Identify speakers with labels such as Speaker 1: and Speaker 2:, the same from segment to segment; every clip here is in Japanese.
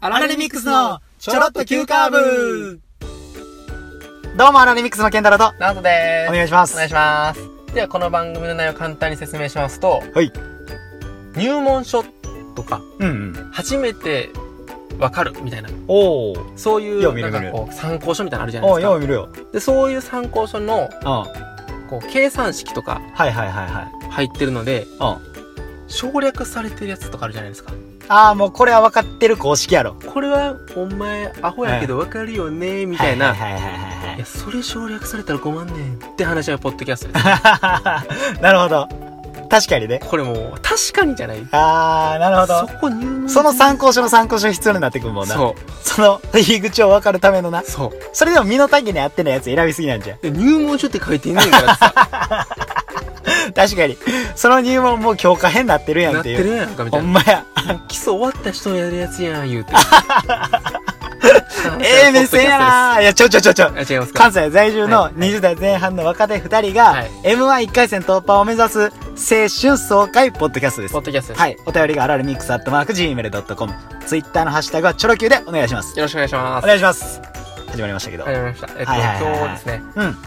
Speaker 1: アラレミックスのちょろっと急カーブ
Speaker 2: どうも、アラレミックスのケンタロウと、
Speaker 1: ナオトで
Speaker 2: お
Speaker 1: ー。
Speaker 2: 願いします
Speaker 1: お
Speaker 2: す。
Speaker 1: 願いします。では、この番組の内容を簡単に説明しますと、
Speaker 2: はい。
Speaker 1: 入門書とか、
Speaker 2: うんうん。
Speaker 1: 初めてわかるみたいな、
Speaker 2: おー。
Speaker 1: そうい
Speaker 2: よ
Speaker 1: う、
Speaker 2: う見
Speaker 1: な
Speaker 2: る
Speaker 1: んかこう、参考書みたいなのあるじゃない
Speaker 2: おー、
Speaker 1: です
Speaker 2: よう
Speaker 1: か。
Speaker 2: 見るよ。
Speaker 1: で、そういう参考書の、
Speaker 2: うん。はい
Speaker 1: こう、計算式とか
Speaker 2: はいはいはい。
Speaker 1: 入ってるので、
Speaker 2: うん。
Speaker 1: 省略されてるやつとかあるじゃないですか。
Speaker 2: あー、もうこれは分かってる公式やろ。
Speaker 1: これは、お前、アホやけどわかるよね、みたいな。
Speaker 2: はいはいはいはい
Speaker 1: や、それ省略されたら困んねんって話はポッドキャストです。
Speaker 2: いはい。なるほど。確かにね。
Speaker 1: これもう、確かにじゃない。
Speaker 2: あー、なるほ
Speaker 1: そ
Speaker 2: ど。
Speaker 1: こ入門
Speaker 2: その参考書の参考書必要になってくるもんな。
Speaker 1: そう
Speaker 2: その入り口を分かるためのな。
Speaker 1: そう
Speaker 2: それでも身の丈に合ってないやつ選びすぎなんじゃん。
Speaker 1: で入門書って書いてんねんからさ
Speaker 2: 確かに。その入門もう強化編 なってるやん
Speaker 1: な
Speaker 2: っ
Speaker 1: ってて
Speaker 2: いう。
Speaker 1: るやんかみた
Speaker 2: ほ
Speaker 1: い
Speaker 2: んまや。
Speaker 1: な基礎終わった人のやるやつやん言うて
Speaker 2: ええ目線やなー。いや、ちょちょちょちょ。
Speaker 1: あ違いますか
Speaker 2: 関西在住の
Speaker 1: はい
Speaker 2: 20代前半の若手2人
Speaker 1: は
Speaker 2: が
Speaker 1: い
Speaker 2: m 1 1回戦突破を目指す青春爽快ポッドキャストです
Speaker 1: ポッ。ドキャストです、
Speaker 2: はい。お便りがあらるミックスアットマーク Gmail.com。ツイッターのハッシュタグはチョロ Q でお願いします。
Speaker 1: よろしくお願いしま
Speaker 2: お
Speaker 1: す
Speaker 2: 願いします。始まりましたけど。
Speaker 1: 始まりましたえっと、
Speaker 2: はいはいはいはい
Speaker 1: 今日ですね、
Speaker 2: うん。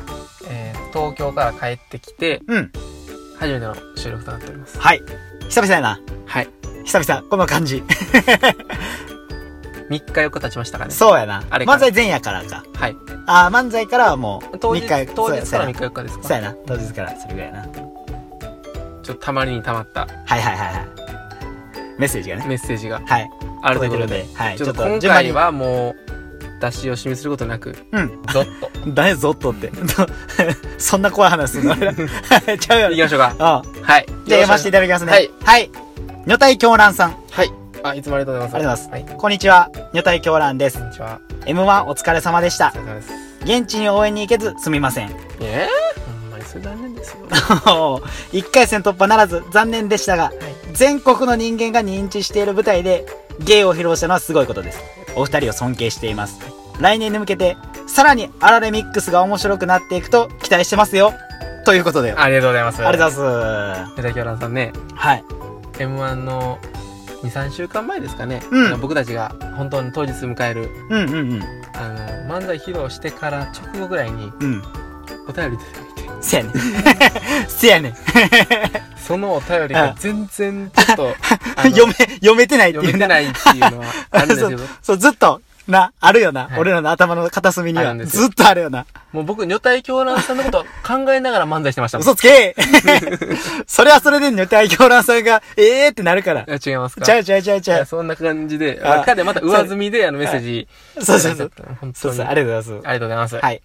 Speaker 1: えー東京から帰ってきて
Speaker 2: うん。
Speaker 1: 初めての収録となっております
Speaker 2: はい。久々やな。
Speaker 1: はい
Speaker 2: 久々。この感じ。
Speaker 1: 3日4日経ちましたかね
Speaker 2: そうやな。
Speaker 1: あれか
Speaker 2: 漫才前夜からか。
Speaker 1: はい
Speaker 2: ああ、漫才からはもう、
Speaker 1: 当日
Speaker 2: 三
Speaker 1: 当日
Speaker 2: そ
Speaker 1: か
Speaker 2: う
Speaker 1: ら3
Speaker 2: やな
Speaker 1: 日4日です
Speaker 2: そう
Speaker 1: か
Speaker 2: やな。当日から、それぐらいやな。
Speaker 1: ちょっとたまりにたまった
Speaker 2: はいはいはいはい。メッセージがね。
Speaker 1: メッセージが
Speaker 2: はい。
Speaker 1: あるということ
Speaker 2: とい
Speaker 1: で
Speaker 2: うことではい
Speaker 1: ちょっと
Speaker 2: ちょっと
Speaker 1: 今
Speaker 2: 順番
Speaker 1: 回
Speaker 2: に
Speaker 1: はもう出し惜しみすることな く
Speaker 2: うん。
Speaker 1: ゾッと
Speaker 2: だよ、ゾッとって。 そんな怖い話するの俺ら ちゃうよ
Speaker 1: いき
Speaker 2: ね。
Speaker 1: ましょうか
Speaker 2: ああ
Speaker 1: はい
Speaker 2: じゃあ読ませていただきますね。
Speaker 1: はい。
Speaker 2: はい。女体狂乱さん。
Speaker 1: はい。あ、いつもありがとうございます。
Speaker 2: ありがとうご
Speaker 1: ざいます。はい。
Speaker 2: こんにちは。女体狂乱です
Speaker 1: こ。んにちは。
Speaker 2: M1 お疲れ様でし
Speaker 1: お
Speaker 2: た
Speaker 1: 疲。れ様です。
Speaker 2: 現地に応援に行けずすみません。
Speaker 1: ええほんまにそれ残念ですよ。
Speaker 2: 1回戦突破ならず残念でしたが、全国の人間が認知している舞台で芸を披露したのはすごいことですお二人を尊敬しています来年に向けてさらにアラレミックスが面白くなっていくと期待してますよということであ
Speaker 1: ありがとうございます。
Speaker 2: りが
Speaker 1: と
Speaker 2: とうござい
Speaker 1: う
Speaker 2: ま
Speaker 1: ございます。ランさんね、
Speaker 2: すはい、
Speaker 1: M1 の2、3週間前ですかね。
Speaker 2: うん
Speaker 1: あの僕たちが本当に当日迎える、
Speaker 2: うんうんうん
Speaker 1: あの、漫才披露してから直後ぐらいに
Speaker 2: うん
Speaker 1: お便り出てきて、
Speaker 2: せやねん せやねん
Speaker 1: そのお便りが全然ち ょっと、あの
Speaker 2: 読め読めてないって
Speaker 1: 読め
Speaker 2: いう
Speaker 1: て
Speaker 2: な
Speaker 1: ないっていうのはあるん ですけど、
Speaker 2: そうずっとなあるよな、
Speaker 1: はい
Speaker 2: 俺らの頭の片隅に
Speaker 1: ある
Speaker 2: は
Speaker 1: んですよ
Speaker 2: ずっとあるよな
Speaker 1: もう僕、女体狂乱さんのこと考えながら漫才してましたもん。
Speaker 2: 嘘つけ それはそれで女体狂乱さんがええー、ってなるから
Speaker 1: あ違いますか
Speaker 2: ちゃうちゃうちゃうち
Speaker 1: い
Speaker 2: ゃ
Speaker 1: や
Speaker 2: う。
Speaker 1: そんな感じで、
Speaker 2: あ
Speaker 1: 彼また上積みであのメッセージ。
Speaker 2: そうそうそう。。
Speaker 1: 本
Speaker 2: そ
Speaker 1: 当
Speaker 2: う
Speaker 1: に。
Speaker 2: そう、
Speaker 1: あ
Speaker 2: あ
Speaker 1: り
Speaker 2: りがとうございま
Speaker 1: がとうございます。
Speaker 2: す。はい。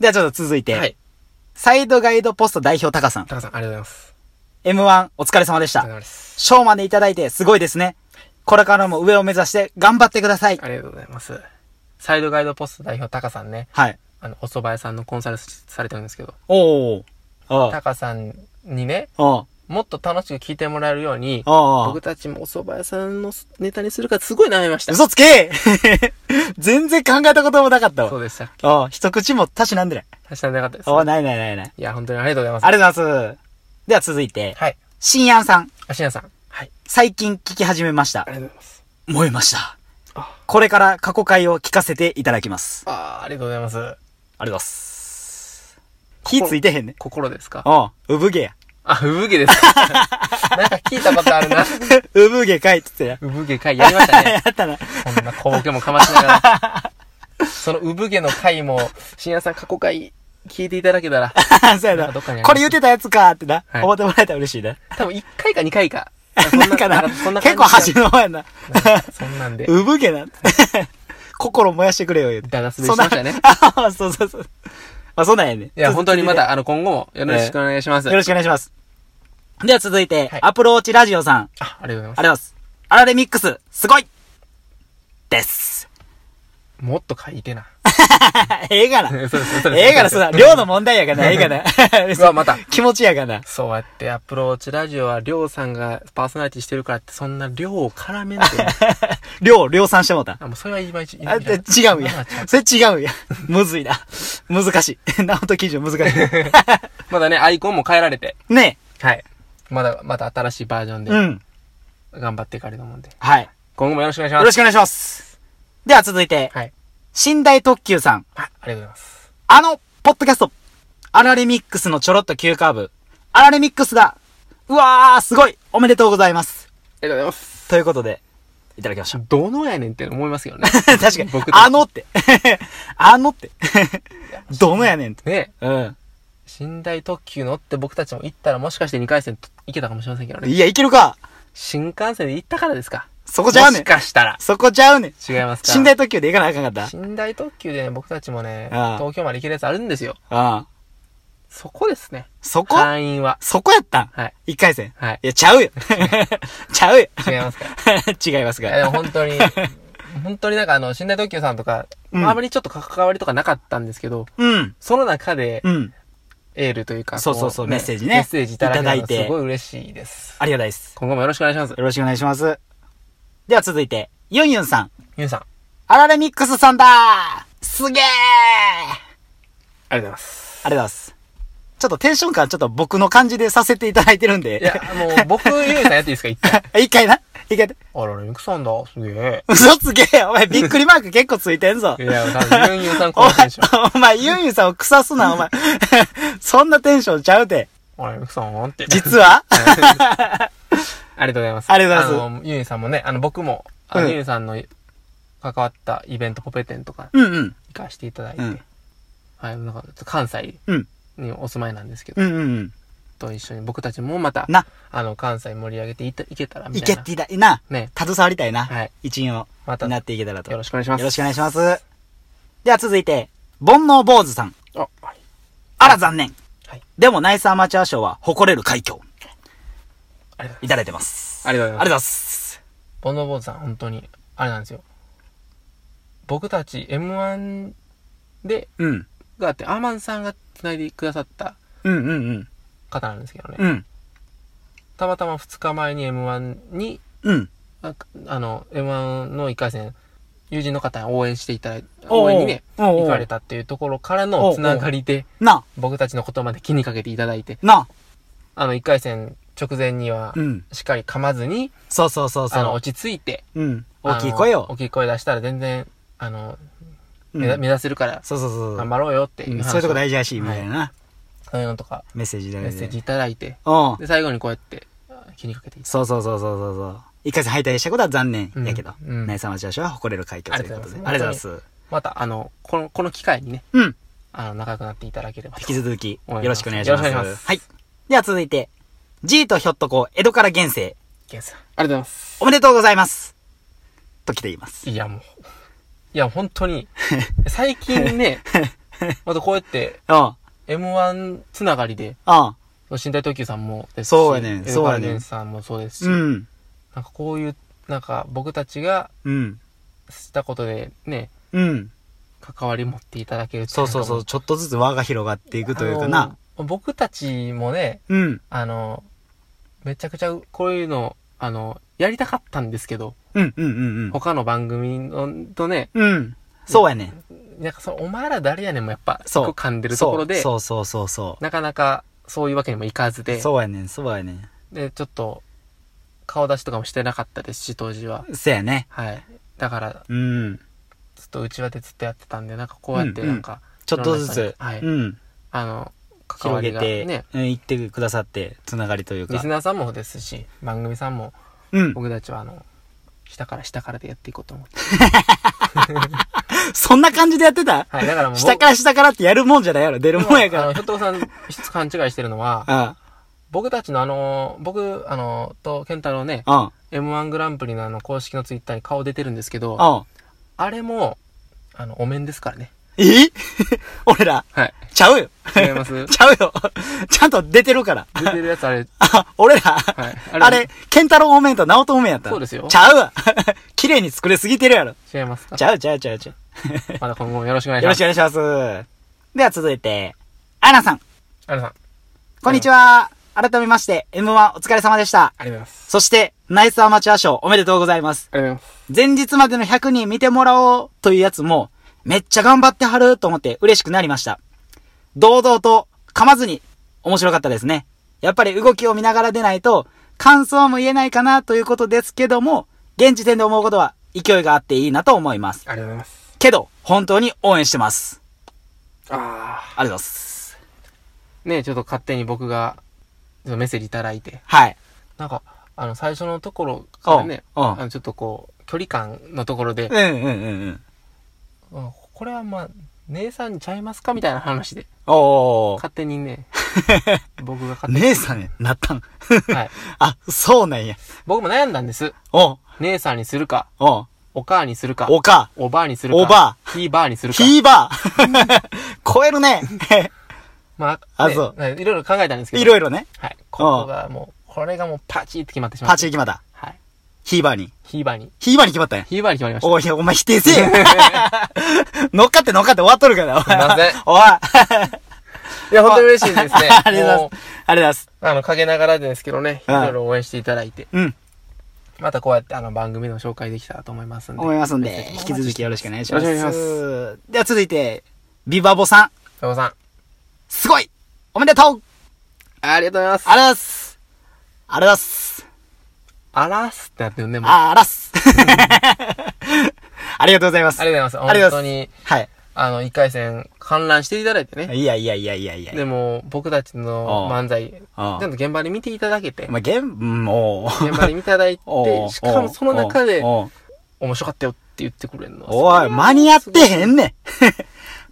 Speaker 2: ではちょっと続いて、
Speaker 1: はい。
Speaker 2: サイドガイドポスト代表タカさん。
Speaker 1: タカさん、ありがとうございます。
Speaker 2: M1 お疲れ様でし
Speaker 1: お疲れ
Speaker 2: た。
Speaker 1: 様です。
Speaker 2: 賞までいただいてすごいですね。これからも上を目指して頑張ってください。
Speaker 1: ありがとうございます。サイドガイドポスト代表タカさんね、
Speaker 2: はい。
Speaker 1: あの、お蕎麦屋さんのコンサルされてるんですけど、
Speaker 2: おー。お
Speaker 1: タカさんにね、
Speaker 2: お
Speaker 1: もっと楽しく聞いてもらえるように、
Speaker 2: お
Speaker 1: 僕たちもお蕎麦屋さんのネタにするかすごい悩みました。
Speaker 2: 嘘つけ 全然考えたこともなかった
Speaker 1: そう
Speaker 2: わ。
Speaker 1: でした。
Speaker 2: お一口もたしなんでない。
Speaker 1: 確かになかったです。
Speaker 2: おないないないない。
Speaker 1: いや、本当にありがとうございます。
Speaker 2: ありがとうございます。では続いて、
Speaker 1: はい。
Speaker 2: 新安さん。
Speaker 1: あしなさん。はい。
Speaker 2: 最近聞き始めました
Speaker 1: あ。りがとうございます。
Speaker 2: 燃えました
Speaker 1: あ。
Speaker 2: これから過去回を聞かせていただきます。
Speaker 1: あー、ありがとうございます。
Speaker 2: ありがとうございます。火ついてへんね。
Speaker 1: 心ですか
Speaker 2: うん、産毛や。
Speaker 1: あ、産毛 です。なんか聞いたことあるな。
Speaker 2: 産毛かいっつってや。
Speaker 1: 産毛会やりました ね。
Speaker 2: やった な。
Speaker 1: こんな小ボケもかましながら。その産毛の会も、深夜さん過去回聞いていただけたら、
Speaker 2: そ
Speaker 1: な
Speaker 2: う
Speaker 1: んか
Speaker 2: やな。
Speaker 1: どっかにあります
Speaker 2: これ言ってたやつかってな、
Speaker 1: はい
Speaker 2: 思ってもらえたら嬉しいな。
Speaker 1: 多分1回か2回か。
Speaker 2: なんかな、
Speaker 1: そんな
Speaker 2: 結構端の方や な。
Speaker 1: そんなんで。
Speaker 2: 産毛な。心燃やしてくれよ、言うて。
Speaker 1: だだ滑りしましたね
Speaker 2: そんな。あそうそうそう。あ、そうなんやね。
Speaker 1: いや、
Speaker 2: 続
Speaker 1: 本当にま
Speaker 2: 続い
Speaker 1: た、あの、今後もよろしくお願いします。
Speaker 2: てよろしくお願いします。では続いて、
Speaker 1: はい
Speaker 2: アプローチラジオさん。
Speaker 1: あ、ありがとうございま
Speaker 2: ありがとうございます。アラレミックス、すごいです。
Speaker 1: す。もっと書いてな。
Speaker 2: ええが な。
Speaker 1: そうですそうです
Speaker 2: ええがな、そうだ。量の問題やがな、ええが
Speaker 1: うわ、
Speaker 2: な。
Speaker 1: また。
Speaker 2: 気持ちやがな。
Speaker 1: そうやってアプローチラジオは、りょうさんがパーソナリティしてるからって、そんなりょうを絡 めんで。
Speaker 2: 量、量産してもうた。
Speaker 1: あ、もうそれはいまいち。
Speaker 2: あ、で違う んや。それ違うんや。むずいな。難しい。 直人基 準難し
Speaker 1: まだね、アイコンも変えられて。
Speaker 2: い。ね
Speaker 1: はい。まだ、まだ新しいバージョン
Speaker 2: え。う
Speaker 1: で、
Speaker 2: ん。
Speaker 1: 頑張っていかれると思うんで。
Speaker 2: はい。
Speaker 1: 今後もよろしくお願いし
Speaker 2: よ
Speaker 1: ま
Speaker 2: ろ
Speaker 1: す。
Speaker 2: しくお願いします。では続いて、
Speaker 1: はい。
Speaker 2: 寝台特急さん。
Speaker 1: はい、ありがとうございます。
Speaker 2: あの、ポッドキャスト、アラレミックスのちょろっと急カーブ、アラレミックスが、うわー、すごいおめでとうございます
Speaker 1: ありがとうございます。
Speaker 2: ということで、いただきました。
Speaker 1: どのやねんって思いますよね。
Speaker 2: 確かに
Speaker 1: 僕、たち
Speaker 2: あのって、 あ のって、どのやねんって。
Speaker 1: ね
Speaker 2: うん。
Speaker 1: 寝台特急乗って僕たちも行ったらもしかして2回戦と行けたかもしれませんけどね。
Speaker 2: いや、いけるか。新
Speaker 1: 新幹線で行ったからですか
Speaker 2: そこちゃうねん
Speaker 1: もしかしたら。
Speaker 2: そこちゃうねん。
Speaker 1: 違いますか
Speaker 2: 寝台特急で行かなあかんかった。
Speaker 1: 寝台特急でね、僕たちもね、
Speaker 2: ああ
Speaker 1: 東京まで行けるやつあるんですよ。
Speaker 2: うん。
Speaker 1: そこですね。
Speaker 2: そこ
Speaker 1: 会員は。
Speaker 2: そこやったん
Speaker 1: はい。
Speaker 2: 一回戦。
Speaker 1: はい
Speaker 2: い。や、ちゃ うよ。ちゃうよ。
Speaker 1: 違いますか
Speaker 2: 違います
Speaker 1: いやで
Speaker 2: が。
Speaker 1: も本当 に、本当になんかあの、寝台特急さんとか、
Speaker 2: うん
Speaker 1: あまりちょっと関わりとかなかったんですけど、
Speaker 2: うん。
Speaker 1: その中で、
Speaker 2: うん。
Speaker 1: エールというか、
Speaker 2: そうそうそう
Speaker 1: こね
Speaker 2: メッセージね
Speaker 1: メッセージいただい
Speaker 2: いただい
Speaker 1: て。
Speaker 2: て
Speaker 1: すごい嬉しいです。
Speaker 2: ありがたいです。
Speaker 1: 今後もよろしくお願いします。
Speaker 2: よろしくお願いします。では続いて、ユンユンさん。
Speaker 1: ゆうさん、あ
Speaker 2: アラレミックスさんだすげー
Speaker 1: りがとうございます。
Speaker 2: ありがとうございます。ちょっとテンション感ちょっと僕の感じでさせていただいてるん
Speaker 1: い
Speaker 2: で。
Speaker 1: や、もう僕、ゆうさんやっていいですか一 回。
Speaker 2: 一回な。一回な。
Speaker 1: あら、ミクさんだ。すげえ。
Speaker 2: 嘘つけお前びっくりマーク結構ついてんぞ
Speaker 1: い。や、多分ユンユンさんこのテンション。
Speaker 2: お前、ユンユンさんを腐すな、お前。 そんなテンションちゃうで。
Speaker 1: あら、ミクさんなんて。
Speaker 2: 実は
Speaker 1: ありがとうございます。
Speaker 2: ありがとうござい
Speaker 1: ます。ユンユンさんもね、あの、僕も、あ
Speaker 2: う
Speaker 1: の、
Speaker 2: ん
Speaker 1: ユンユンさんの関わったイベント、ポペテンとか、
Speaker 2: うんうん。
Speaker 1: 行かせていただいて、
Speaker 2: うん
Speaker 1: はい、なんか、関西
Speaker 2: うん。
Speaker 1: にお住まいなんですけど、
Speaker 2: うんうんうん。
Speaker 1: と一緒に僕たちもまた、
Speaker 2: な、
Speaker 1: あの、関西盛り上げていたいけたら、み
Speaker 2: い
Speaker 1: たい
Speaker 2: け
Speaker 1: な。
Speaker 2: ていた、な、
Speaker 1: ね。
Speaker 2: 携わりたいな。
Speaker 1: はい
Speaker 2: 一員を、
Speaker 1: また
Speaker 2: なっていけたらと。
Speaker 1: よろ
Speaker 2: し
Speaker 1: しくお願いし
Speaker 2: く
Speaker 1: ます。
Speaker 2: よろしくお願いします。では続いて、煩悩坊主さん。
Speaker 1: あ、はい。
Speaker 2: あら残念。
Speaker 1: はい
Speaker 2: でもナイスアマチュア賞は誇れる快挙。
Speaker 1: ありがとうございます
Speaker 2: いただいてます。
Speaker 1: ありがとう
Speaker 2: あり
Speaker 1: ご
Speaker 2: が
Speaker 1: ざ
Speaker 2: と
Speaker 1: います。ボ
Speaker 2: うございます。
Speaker 1: ンドボーズさん、本当に、あれなんですよ。僕たち M1 で、
Speaker 2: うん。
Speaker 1: があって、アーマンさんが繋いでくださった
Speaker 2: うんうんうん。
Speaker 1: 方なんですけどね。
Speaker 2: うん。
Speaker 1: たまたま2日前に M1 に、
Speaker 2: うん。
Speaker 1: ああの、M1 の1回戦、友人の方に応援していただいて、
Speaker 2: おうおう
Speaker 1: 応援にね、
Speaker 2: おうおう
Speaker 1: 行かれたっていうところからのつながりで、
Speaker 2: な、
Speaker 1: 僕たちのことまで気にかけていただいて、
Speaker 2: な、
Speaker 1: あの、1回戦直前には
Speaker 2: う、ん。
Speaker 1: しっかり噛まずに、
Speaker 2: そうそうそう
Speaker 1: あの、
Speaker 2: そ
Speaker 1: 落ち着いて、
Speaker 2: う。うん。大きい声
Speaker 1: あの
Speaker 2: を。
Speaker 1: 大きい声出したら全然、あの、
Speaker 2: うん
Speaker 1: 目指目指せるから、
Speaker 2: そうそうそうそ
Speaker 1: 頑
Speaker 2: う。
Speaker 1: 張ろうよって
Speaker 2: う
Speaker 1: いうん話を
Speaker 2: そういうとこ大事やし、みたい
Speaker 1: は
Speaker 2: なな。
Speaker 1: そういうのとか、
Speaker 2: メッセージいただ
Speaker 1: メ
Speaker 2: い
Speaker 1: ッセージ
Speaker 2: て。
Speaker 1: いただいて、
Speaker 2: うん。
Speaker 1: で、最後にこうやって、あ気にかけていた。
Speaker 2: そうそうそうそうそうそう。一回戦敗退したことは残念やけど、
Speaker 1: うんうん
Speaker 2: ナイスアマチュア賞は誇れる快挙ということで。あ
Speaker 1: あ
Speaker 2: り
Speaker 1: り
Speaker 2: が
Speaker 1: が
Speaker 2: と
Speaker 1: と
Speaker 2: う
Speaker 1: うござ
Speaker 2: ございます。
Speaker 1: また、あの、この、この機会にね、
Speaker 2: うん。
Speaker 1: あの、仲良くなっていただければと
Speaker 2: 引き続き、
Speaker 1: お
Speaker 2: よ
Speaker 1: 願いします
Speaker 2: ろしくお願いしま
Speaker 1: よろ
Speaker 2: す。
Speaker 1: しくお願いします
Speaker 2: はい。では続いて、G とひょっとこ、江戸から現世、
Speaker 1: ゲンさんありがとうございます。
Speaker 2: おめでとうございます。と来ています。
Speaker 1: いや、もう、いや、本当 に、最近ね、またこうやって、
Speaker 2: うん。うん。
Speaker 1: M1 つながりで、身体特急さんもですし、
Speaker 2: そうやねん
Speaker 1: エル
Speaker 2: そうやねん
Speaker 1: カルデンさんもそうですし、
Speaker 2: うん。
Speaker 1: なんかこういう、なんか僕たちが
Speaker 2: うん。
Speaker 1: したことでね、
Speaker 2: うん。
Speaker 1: 関わり持っていただけるってい
Speaker 2: そうそうそう、ちょっとずつ輪が広がっていくというかな。。
Speaker 1: あの僕たちもね、
Speaker 2: うん。
Speaker 1: あの、めちゃくちゃこういうの、あの、やりたかったんですけど、
Speaker 2: うん、うん、うん、
Speaker 1: 他の番組のとね、
Speaker 2: うん。うん。そうやねん。
Speaker 1: なんかそのお前ら誰やねんもやっぱ、す
Speaker 2: そう
Speaker 1: ごく噛んでるところで、
Speaker 2: そうそうそうそ
Speaker 1: なかなかそういうわけにもいかず
Speaker 2: う。
Speaker 1: で、
Speaker 2: そうやねん、そうやねん。
Speaker 1: で、ちょっと、顔出しとかもしてなかったですし、当時は。
Speaker 2: そうやね。
Speaker 1: はい。だから、
Speaker 2: うん。
Speaker 1: ずっとうちわでずっとやってたんで、なんかこうやって
Speaker 2: うんうん
Speaker 1: なんか、
Speaker 2: ちょっとずつ、
Speaker 1: はい
Speaker 2: うん。
Speaker 1: あの、関わ
Speaker 2: 広げ
Speaker 1: りが
Speaker 2: て、
Speaker 1: ね、
Speaker 2: うん、行ってくださって、つながりという
Speaker 1: リ
Speaker 2: か
Speaker 1: ス。ナーさんもですし、番組さんも、
Speaker 2: うん。
Speaker 1: 僕たちはあの、下から下からでやっていこうと思って。
Speaker 2: そんな感じでやってた
Speaker 1: はい、だからもう僕、
Speaker 2: 下から下からってやるもんじゃないやろ、出るもんやか
Speaker 1: あ
Speaker 2: ら
Speaker 1: の、ひょっとこさん、一つ勘違いしてるのは。、
Speaker 2: あ
Speaker 1: 僕たちのあの、僕、あの、と、健太郎ね、
Speaker 2: あ、
Speaker 1: M1 グランプリのあの、公式のツイッターに顔出てるんですけど、
Speaker 2: うん、うん。
Speaker 1: あれも、あの、お面ですからね。
Speaker 2: え 俺ら、
Speaker 1: はい。
Speaker 2: ちゃうよ。
Speaker 1: 違います
Speaker 2: ちゃうよ。ちゃんと出てるから。
Speaker 1: 出てるやつあれ、
Speaker 2: あ、 俺ら、
Speaker 1: いあれ
Speaker 2: あれ、ケンタロウお面とナオトお面やった。
Speaker 1: そうですよ
Speaker 2: ちゃうわ。 綺麗に作れすぎてるやろ。
Speaker 1: 違いますか
Speaker 2: ちゃうちゃうちゃうちゃ
Speaker 1: まだ今後もよろしくお願
Speaker 2: う。
Speaker 1: いし
Speaker 2: よろ
Speaker 1: ま
Speaker 2: し
Speaker 1: す。
Speaker 2: くお願いします。では続いて、アナさん、
Speaker 1: ありがとうございます。
Speaker 2: こんにちは。改めまして、M1 お疲れ様でした。
Speaker 1: ありがとうございます。
Speaker 2: そして、ナイスアマチュア賞おめでとうございます。
Speaker 1: ありがとうございます。
Speaker 2: 前日までの100人見てもらおうというやつも、めっちゃ頑張ってはると思って嬉しくなりました。堂々と噛まずに面白かったですね。やっぱり動きを見ながらでないと、感想も言えないかなということですけども、現時点で思うことは、勢いがあっていいなと思います。
Speaker 1: ありがとうございます。
Speaker 2: けど、本当に応援してます。
Speaker 1: あ
Speaker 2: ありがとうございます。
Speaker 1: あ。ねえちょっと勝手に僕が、ちょっとメッセージいただいて。
Speaker 2: はい。
Speaker 1: なんか、あの、最初のところからね、
Speaker 2: うんうん
Speaker 1: あのちょっとこう、距離感のところで、
Speaker 2: うんうんうんうん。
Speaker 1: うんこれはまあ、姉さんにちゃいますかみたいな話で、
Speaker 2: おー。
Speaker 1: 勝手に ね、僕が勝手に、
Speaker 2: 姉さんになったん
Speaker 1: はい。
Speaker 2: あ、そうなんや。
Speaker 1: 僕も悩んだんです。
Speaker 2: おう、
Speaker 1: 姉さんにするか、
Speaker 2: おう、
Speaker 1: お母にするか、
Speaker 2: おか、
Speaker 1: おばあにするか、
Speaker 2: おば
Speaker 1: あ、ひーばあにするか。
Speaker 2: ひーばー超えるね。
Speaker 1: まあ、
Speaker 2: あ
Speaker 1: ね
Speaker 2: そう
Speaker 1: ねいろいろ考えたんですけど。
Speaker 2: いろいろね。
Speaker 1: はい。ここがもう、これがもうパチって決まってしま
Speaker 2: パ
Speaker 1: っ
Speaker 2: チ
Speaker 1: た。
Speaker 2: で決まった。
Speaker 1: はい。
Speaker 2: ひーばーに。
Speaker 1: ひーばあに。
Speaker 2: ひーばーに決まったんや。
Speaker 1: ひーばあに決まりまし
Speaker 2: おい、お前否定せえよ。 乗っかって乗っかって終わっとるから、お前。
Speaker 1: すいません
Speaker 2: おい。
Speaker 1: た。いや、本当に嬉しいですね
Speaker 2: 。ありがとうござい
Speaker 1: も
Speaker 2: ます。ありがとうございます。
Speaker 1: うあの、陰ながらですけどね、い
Speaker 2: はい
Speaker 1: ろいろ応援していただいて、
Speaker 2: うん。
Speaker 1: またこうやってあの番組の紹介できたらと思いますんで。
Speaker 2: 思いますん
Speaker 1: メッセ
Speaker 2: で
Speaker 1: ー、ジもお
Speaker 2: 引き
Speaker 1: 待ち
Speaker 2: 続
Speaker 1: し
Speaker 2: き
Speaker 1: て
Speaker 2: よろしくお願いします。
Speaker 1: よろしくお願
Speaker 2: では続いて、ビバボさん。
Speaker 1: お父さん、
Speaker 2: すごいおめでとう
Speaker 1: ありがとうございます。
Speaker 2: あらっすあらっす
Speaker 1: あらすってなってるね、もう。あ
Speaker 2: あらっ すありがとうございます。
Speaker 1: りがとうござ
Speaker 2: あ
Speaker 1: います。本当
Speaker 2: りがとうござい
Speaker 1: に、
Speaker 2: はい。
Speaker 1: あの、一回戦、観覧していただいてね。
Speaker 2: いやいやいやいやいや。
Speaker 1: でも、僕たちの
Speaker 2: ああ
Speaker 1: 漫才、ち
Speaker 2: あ
Speaker 1: ゃ
Speaker 2: あ
Speaker 1: んと現場で見ていただけて、
Speaker 2: まあ、ゲーム、も う。
Speaker 1: 現場で見ていただい
Speaker 2: お
Speaker 1: て、
Speaker 2: う
Speaker 1: しかもその中で、
Speaker 2: おうおう
Speaker 1: 面白かったよって言ってくれるのは
Speaker 2: おい、間に合ってへんね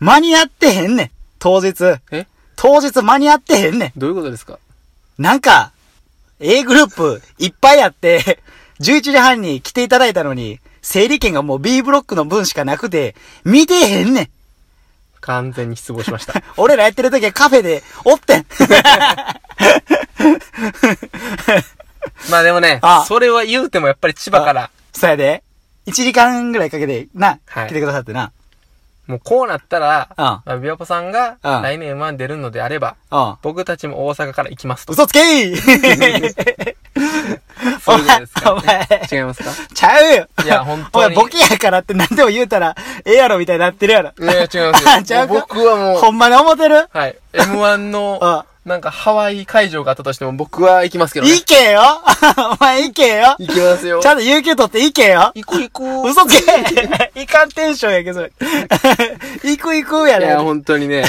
Speaker 2: ん。 間に合ってへんねん。当日。
Speaker 1: え
Speaker 2: 当日間に合ってへんね
Speaker 1: どういうことですか
Speaker 2: ん。なんか、A グループいっぱいあって、11時 半に来ていただいたのに、整理券がもう B ブロックの分しかなくて、見てへんね ん。
Speaker 1: 完全に失望しま した。
Speaker 2: 俺らやってる時はカフェでおってん。
Speaker 1: まあでもね
Speaker 2: あ、
Speaker 1: それは言うてもやっぱり千葉から、
Speaker 2: そやで。1時間ぐらいかけて、な、
Speaker 1: はい
Speaker 2: 来てくださってな。
Speaker 1: もうこうなったら、
Speaker 2: あ
Speaker 1: まあ、琵琶湖さんが
Speaker 2: あ
Speaker 1: 来年 M1 出るのであれば、
Speaker 2: うん。
Speaker 1: 僕たちも大阪から行きます と。
Speaker 2: 嘘つけー
Speaker 1: そういうことですか、
Speaker 2: お前お前
Speaker 1: 違いますか
Speaker 2: ちゃうよ
Speaker 1: いや本当に
Speaker 2: お前ボケやからって何でも言うたら、ええやろみたいになってるやろ。
Speaker 1: いや違いますよ
Speaker 2: あちゃうか
Speaker 1: もう僕はもう
Speaker 2: ほんまに思ってる
Speaker 1: はい。M1 の
Speaker 2: あ、
Speaker 1: なんかハワイ会場があったとしても僕は行きますけどね。
Speaker 2: 行けよ お前行けよ
Speaker 1: 行きますよ
Speaker 2: ち。ゃんと有給取って行けよ
Speaker 1: 行く行く。
Speaker 2: 嘘つけ いかんテンションやけど、それ行く行くや
Speaker 1: いや、
Speaker 2: ろ。
Speaker 1: 本当に ね、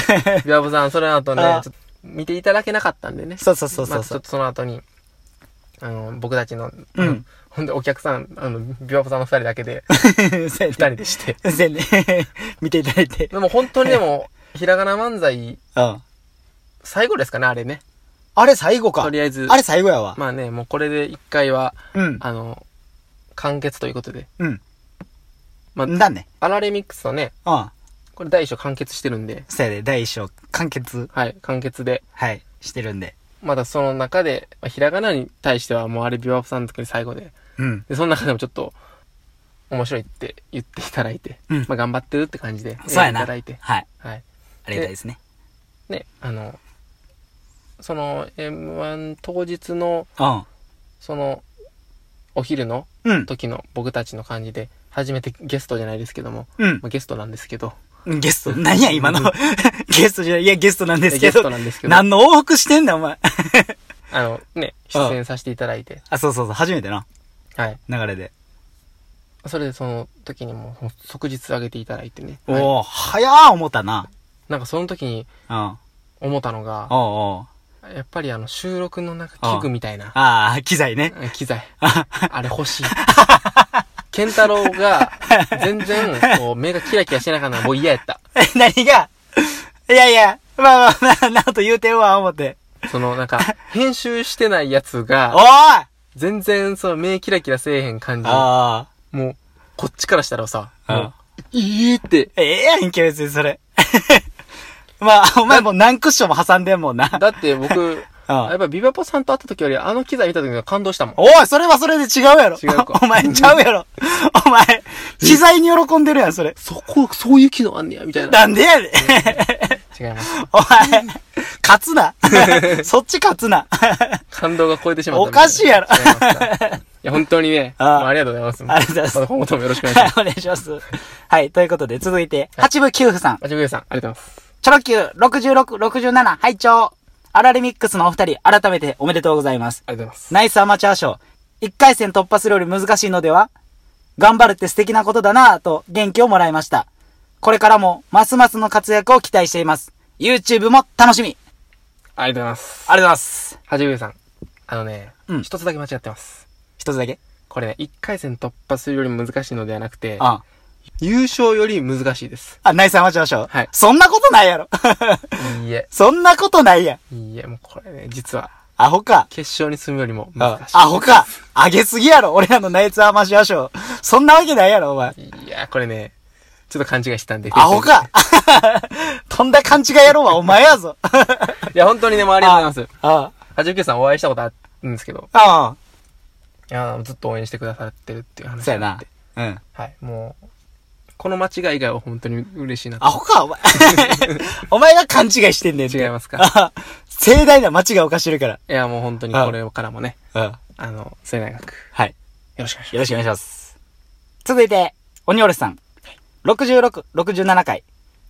Speaker 1: ビアボさん、その後ね
Speaker 2: あ、
Speaker 1: ちょっと見ていただけなかったんでね。
Speaker 2: そうそうそうそ
Speaker 1: ま
Speaker 2: う
Speaker 1: あち
Speaker 2: そ
Speaker 1: ょっ
Speaker 2: う。
Speaker 1: とその後に、あの、僕たちの、
Speaker 2: うん
Speaker 1: あのほんでお客さん、あの、ビアボさんの二人だけで、
Speaker 2: そうや
Speaker 1: 二人
Speaker 2: ね。
Speaker 1: でして。
Speaker 2: そうやね。 見ていただいて。
Speaker 1: でも本当にでも、ひらがな漫才、
Speaker 2: うん。
Speaker 1: 最後ですかね、あれね。
Speaker 2: あれ最後か。
Speaker 1: とりあえず
Speaker 2: あれ最後やわ。
Speaker 1: まあね、もうこれで一回は、
Speaker 2: うん。
Speaker 1: あの、完結ということで。
Speaker 2: うん。
Speaker 1: まあ、
Speaker 2: だね。
Speaker 1: アラレミックスとね、
Speaker 2: うん。
Speaker 1: これ第一章完結してるんで、
Speaker 2: そうやで、第一章、完結、
Speaker 1: はい、完結で。
Speaker 2: はい、してるんで。
Speaker 1: まだその中で、まあひらがなに対してはもうあれビアボさんの時に最後で。
Speaker 2: うん。
Speaker 1: で、その中でもちょっと、面白いって言っていただいて、
Speaker 2: うん
Speaker 1: まあ頑張ってるって感じで、
Speaker 2: そうやな。
Speaker 1: いただいて、
Speaker 2: はい。
Speaker 1: はい。
Speaker 2: ありがたいですね。
Speaker 1: ね、あの、その M1 当日の、
Speaker 2: うん。
Speaker 1: その、お昼の
Speaker 2: うん。
Speaker 1: 時の僕たちの感じで、初めてゲストじゃないですけども、
Speaker 2: うん
Speaker 1: まあ、ゲストなんですけど、
Speaker 2: ゲスト、何や今の。 ゲストじゃない、いや、ゲストなんですけ
Speaker 1: ゲス
Speaker 2: ど
Speaker 1: ト。なんですけど、あ
Speaker 2: 何の往復してんだ、お前。
Speaker 1: の、ね、出演させていただいて、
Speaker 2: あ、そうそうそう、初めてな。
Speaker 1: はい。
Speaker 2: 流れで。
Speaker 1: それでその時にも、もう即日あげていただいてね、はい
Speaker 2: おー、早ー思ったな。
Speaker 1: なんかその時に
Speaker 2: うん。おう
Speaker 1: 思ったのが、
Speaker 2: おう
Speaker 1: やっぱりあの、収録のなんか器具みたいな、
Speaker 2: あー、機材ね。
Speaker 1: うん機材。あれ欲しい。ケンタロウが、全然、こう、目がキラキラしてなかったのがもう嫌やった。
Speaker 2: え何がいやいや、まあまあ、な、なこと言うてんわ、思って。
Speaker 1: その、なんか、編集してないやつ
Speaker 2: お
Speaker 1: が、
Speaker 2: ーい
Speaker 1: 全然、その、目キラキラせえへん感じ。
Speaker 2: あ
Speaker 1: もう、こっちからしたらさ、
Speaker 2: うん
Speaker 1: もう、いいって。
Speaker 2: ー。ええやんけ、別にそれ。 まあ、お前もう何クッションも挟んでんもんな。
Speaker 1: だって 僕、やっぱビバポさんと会った時より、あの機材見た時が感動したもん。
Speaker 2: おい、それはそれで違うやろ。
Speaker 1: 違うか
Speaker 2: お前ちゃう やろ。お前、機材に喜んでるやん、それ。
Speaker 1: そこ、そういう機能あんねや、みたいな。
Speaker 2: なんでやで。
Speaker 1: 違います。
Speaker 2: お前、勝 つな。そっち勝つな。
Speaker 1: 感動が超えてしまった
Speaker 2: おかしいやろ
Speaker 1: 違ますから いや、本当にね、
Speaker 2: あ
Speaker 1: もうありがとうございます。
Speaker 2: ありがとうございます
Speaker 1: た今後ともよろしくお願いします。
Speaker 2: はいお願いします。はい、ということで続いて、八部九夫さん。
Speaker 1: あちぶゆさん、ありがとうございます。
Speaker 2: チョロ Q、66、67、拝聴アラレミックスのお二人、改めておめでとうございます。
Speaker 1: ありがとうございます。
Speaker 2: ナイスアマチュア賞。1回戦突破するより難しいのでは頑張るって素敵なことだなぁと元気をもらいました。これからもますますの活躍を期待しています。YouTube も楽しみ
Speaker 1: ありがとうございます。
Speaker 2: ありがとうございます。
Speaker 1: はじめさん。あのね、
Speaker 2: うん
Speaker 1: 一つだけ間違ってます。
Speaker 2: 一つだけ
Speaker 1: これね、一回戦突破するより難しいのではなくて、
Speaker 2: あ
Speaker 1: 優勝より難しいです。
Speaker 2: あ、ナイスアマチュア賞。
Speaker 1: はい
Speaker 2: そんなことないやろ。
Speaker 1: いいえ、
Speaker 2: そんなことないやん。
Speaker 1: いいえ、もうこれね、実は、
Speaker 2: アホか。
Speaker 1: 決勝に進むよりも難
Speaker 2: あ
Speaker 1: しい。
Speaker 2: アホか。あげすぎやろ。俺らのナイツアマチュア賞。そんなわけないやろ、お前。
Speaker 1: いや、これね、ちょっと勘違いしたんで。
Speaker 2: アホ か。とんだ勘違いやろはお前やぞ。 あ
Speaker 1: いや、本当にね、もうありがとうございま
Speaker 2: あ。
Speaker 1: す。はじめさんお会いしたことあるんですけど、
Speaker 2: あ
Speaker 1: いやずっと応援してくださってるっていう
Speaker 2: あ。
Speaker 1: 話
Speaker 2: そうや
Speaker 1: があっ
Speaker 2: な
Speaker 1: て。
Speaker 2: うん。
Speaker 1: はい、もう、この間違い以外は本当に嬉しいなと。
Speaker 2: アホか、お前。 お前が勘違いしてんねんて。
Speaker 1: 違いますか
Speaker 2: ああ 盛大な間違いを犯してるから。
Speaker 1: いや、もう本当にこれからもね、
Speaker 2: うん。
Speaker 1: あの、末永く、
Speaker 2: はい。
Speaker 1: よろしくお願いし
Speaker 2: よろしくお願いします。続いて、オニオルさん。66、67回。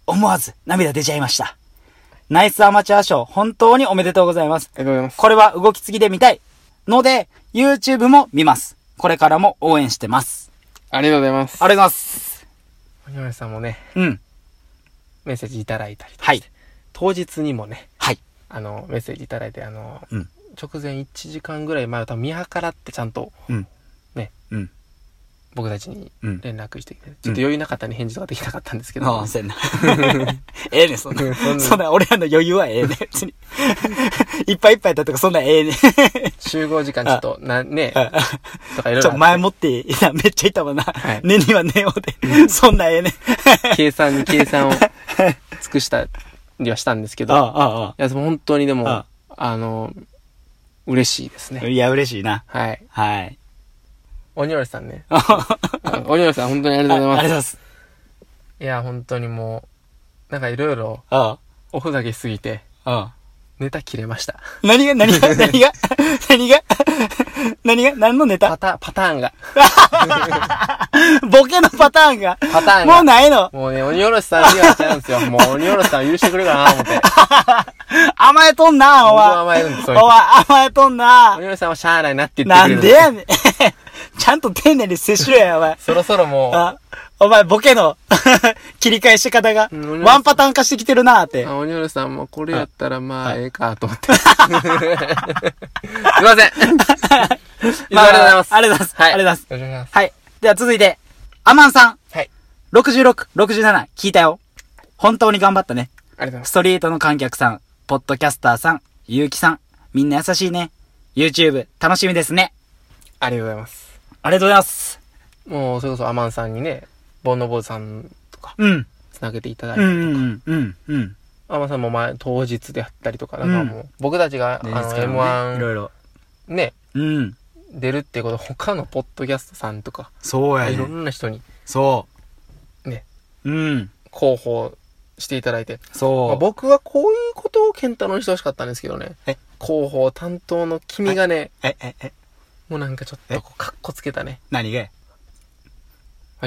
Speaker 2: 思わず涙出ちゃいました。ナイスアマチュア賞、本当におめでとうございま
Speaker 1: ます。
Speaker 2: す。
Speaker 1: ありがとうございます。
Speaker 2: これは動き継ぎで見たい。ので、YouTube も見ます。これからも応援してます。
Speaker 1: ありがとうございます。
Speaker 2: ありがとうございます。
Speaker 1: 鬼丸さんもね、
Speaker 2: うん。
Speaker 1: メッセージいただいたりとか
Speaker 2: はい。
Speaker 1: 当日にもね、
Speaker 2: はい。
Speaker 1: あの、メッセージいただいて、あの、
Speaker 2: うん
Speaker 1: 直前1時間ぐらい前、多分見計らってちゃんと
Speaker 2: うん。
Speaker 1: ね。
Speaker 2: うん。
Speaker 1: 僕たちに
Speaker 2: うん
Speaker 1: 連絡してきて、ちょっと余裕なかったんで返事とかできなかったんですけど、
Speaker 2: ああ、せんな。 ええねん、そんな
Speaker 1: うんそん。な
Speaker 2: そんな、俺らの余裕はええねん、別に。いっぱいいっぱいだとか、そん な ええねん。ち
Speaker 1: 集合時間ちょっと、な、ね、とかいろ
Speaker 2: ょ
Speaker 1: いろ
Speaker 2: っと
Speaker 1: あっ
Speaker 2: 前もって、い や、めっちゃいたもんな。
Speaker 1: はい
Speaker 2: ねにはねよで。そんな ええねん。
Speaker 1: て、計算に計算を尽くしたりはしたんですけ
Speaker 2: あ
Speaker 1: ど、
Speaker 2: あ
Speaker 1: い、
Speaker 2: ああ、
Speaker 1: や、本当にでも、
Speaker 2: あ
Speaker 1: あの、嬉しいです
Speaker 2: ああ。
Speaker 1: ね。
Speaker 2: いや、嬉しいな。
Speaker 1: はい。
Speaker 2: はい。。
Speaker 1: 鬼丸さんね
Speaker 2: あ
Speaker 1: あ鬼丸さん、本当にあり
Speaker 2: り
Speaker 1: がとうございます
Speaker 2: ありがとうご。ざいます。
Speaker 1: いや、本当にもう、なんかいろいろ
Speaker 2: あ
Speaker 1: おふざけしすぎて、
Speaker 2: あ、ああ。
Speaker 1: ネタ切れました。
Speaker 2: 何が、何 が、何が、何が、 何が、何のネ
Speaker 1: パ
Speaker 2: タ
Speaker 1: ターン、パターンが。
Speaker 2: ボケのパターンが、
Speaker 1: パターンが。
Speaker 2: もうないの。
Speaker 1: もうね、鬼おろしさんにはちゃうんですよ。もう鬼おろしさん許してくれるかなと思って。
Speaker 2: 甘えとんな、お
Speaker 1: 僕
Speaker 2: 前。
Speaker 1: は甘えるんです、そ
Speaker 2: お
Speaker 1: ういう
Speaker 2: 前
Speaker 1: の。
Speaker 2: 甘えとんな。
Speaker 1: 鬼おろしさんはしゃあないなって言っ
Speaker 2: な
Speaker 1: てくれる
Speaker 2: んで
Speaker 1: です
Speaker 2: やねん。 ちゃんと丁寧に接しろや、お前。
Speaker 1: そろそろもう、あ
Speaker 2: あ、お前、ボケの 切り返し方が
Speaker 1: うん、
Speaker 2: ワンパターン化してきてるなって。
Speaker 1: 鬼おろしさんもこれやったらまあ、ええかと思 って。すいません。いつもありがとうございます。
Speaker 2: まあありがとうございます
Speaker 1: はい。
Speaker 2: ありがとう
Speaker 1: ございます。
Speaker 2: はい。では続いて、アマンさん。
Speaker 1: はい。
Speaker 2: 66、67、聞いたよ。本当に頑張ったね。
Speaker 1: ありがとうございま
Speaker 2: ス
Speaker 1: す。
Speaker 2: トリートの観客さん、ポッドキャスターさん、ゆうきさん、みんな優しいね。YouTube、楽しみですね。
Speaker 1: ありがとうございます。
Speaker 2: ありがとうございます。
Speaker 1: もう、それこそアマンさんにね、ボンノボーズさんとか、
Speaker 2: うん。
Speaker 1: つなげていただいて
Speaker 2: う。ん、うん、うん、うん。
Speaker 1: アマさんも前、当日であったりとか、な
Speaker 2: うん
Speaker 1: んかもう、僕たちが、あの、
Speaker 2: ねいろ
Speaker 1: M1
Speaker 2: いろ。
Speaker 1: ね、
Speaker 2: うん。
Speaker 1: 出るっていうこと、他のポッドキャストさんとか、
Speaker 2: そうや
Speaker 1: いろ
Speaker 2: ね。
Speaker 1: んな人に
Speaker 2: そう。
Speaker 1: ね。
Speaker 2: うん。
Speaker 1: 広報していただいて、まあ、
Speaker 2: そう。
Speaker 1: 僕はこういうことを健太郎にしてほしかったんですけどね
Speaker 2: え、
Speaker 1: 広報担当の君がね、
Speaker 2: え、え、え、
Speaker 1: もうなんかちょっとこう、かっこつけたね、
Speaker 2: 何が
Speaker 1: ま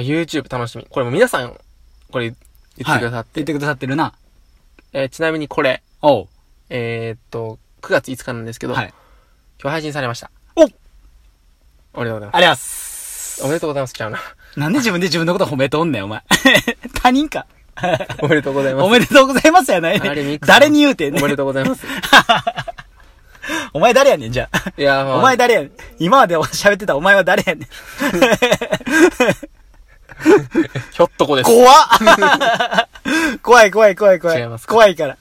Speaker 1: あ YouTube 楽しみ。これも皆さん、これ、言ってくださっ、
Speaker 2: 言っててくださってるな。
Speaker 1: えーちなみにこれ、
Speaker 2: おう。
Speaker 1: えーっと、9月5日なんですけど、
Speaker 2: はい。
Speaker 1: 今日配信されました。
Speaker 2: おありがと
Speaker 1: おめでとうございま
Speaker 2: うございます
Speaker 1: す。おめでとうございます、ちゃうな。
Speaker 2: なんで自分で自分のこと褒めとんねん、お前。 他人か。
Speaker 1: おめでとうございます
Speaker 2: お。めでとうございますやない
Speaker 1: あれ
Speaker 2: ね
Speaker 1: ミ
Speaker 2: ん
Speaker 1: クさん
Speaker 2: 誰に言うてんね
Speaker 1: おめで
Speaker 2: ん。
Speaker 1: とうござい ます。
Speaker 2: お前誰やねん、じゃあ。
Speaker 1: いや、まあ、
Speaker 2: お前誰やねん。今まで喋ってたお前は誰やねん。
Speaker 1: ひょっとこです。い
Speaker 2: 怖っ 怖い怖い怖い怖い。
Speaker 1: 違いますか
Speaker 2: 怖いから。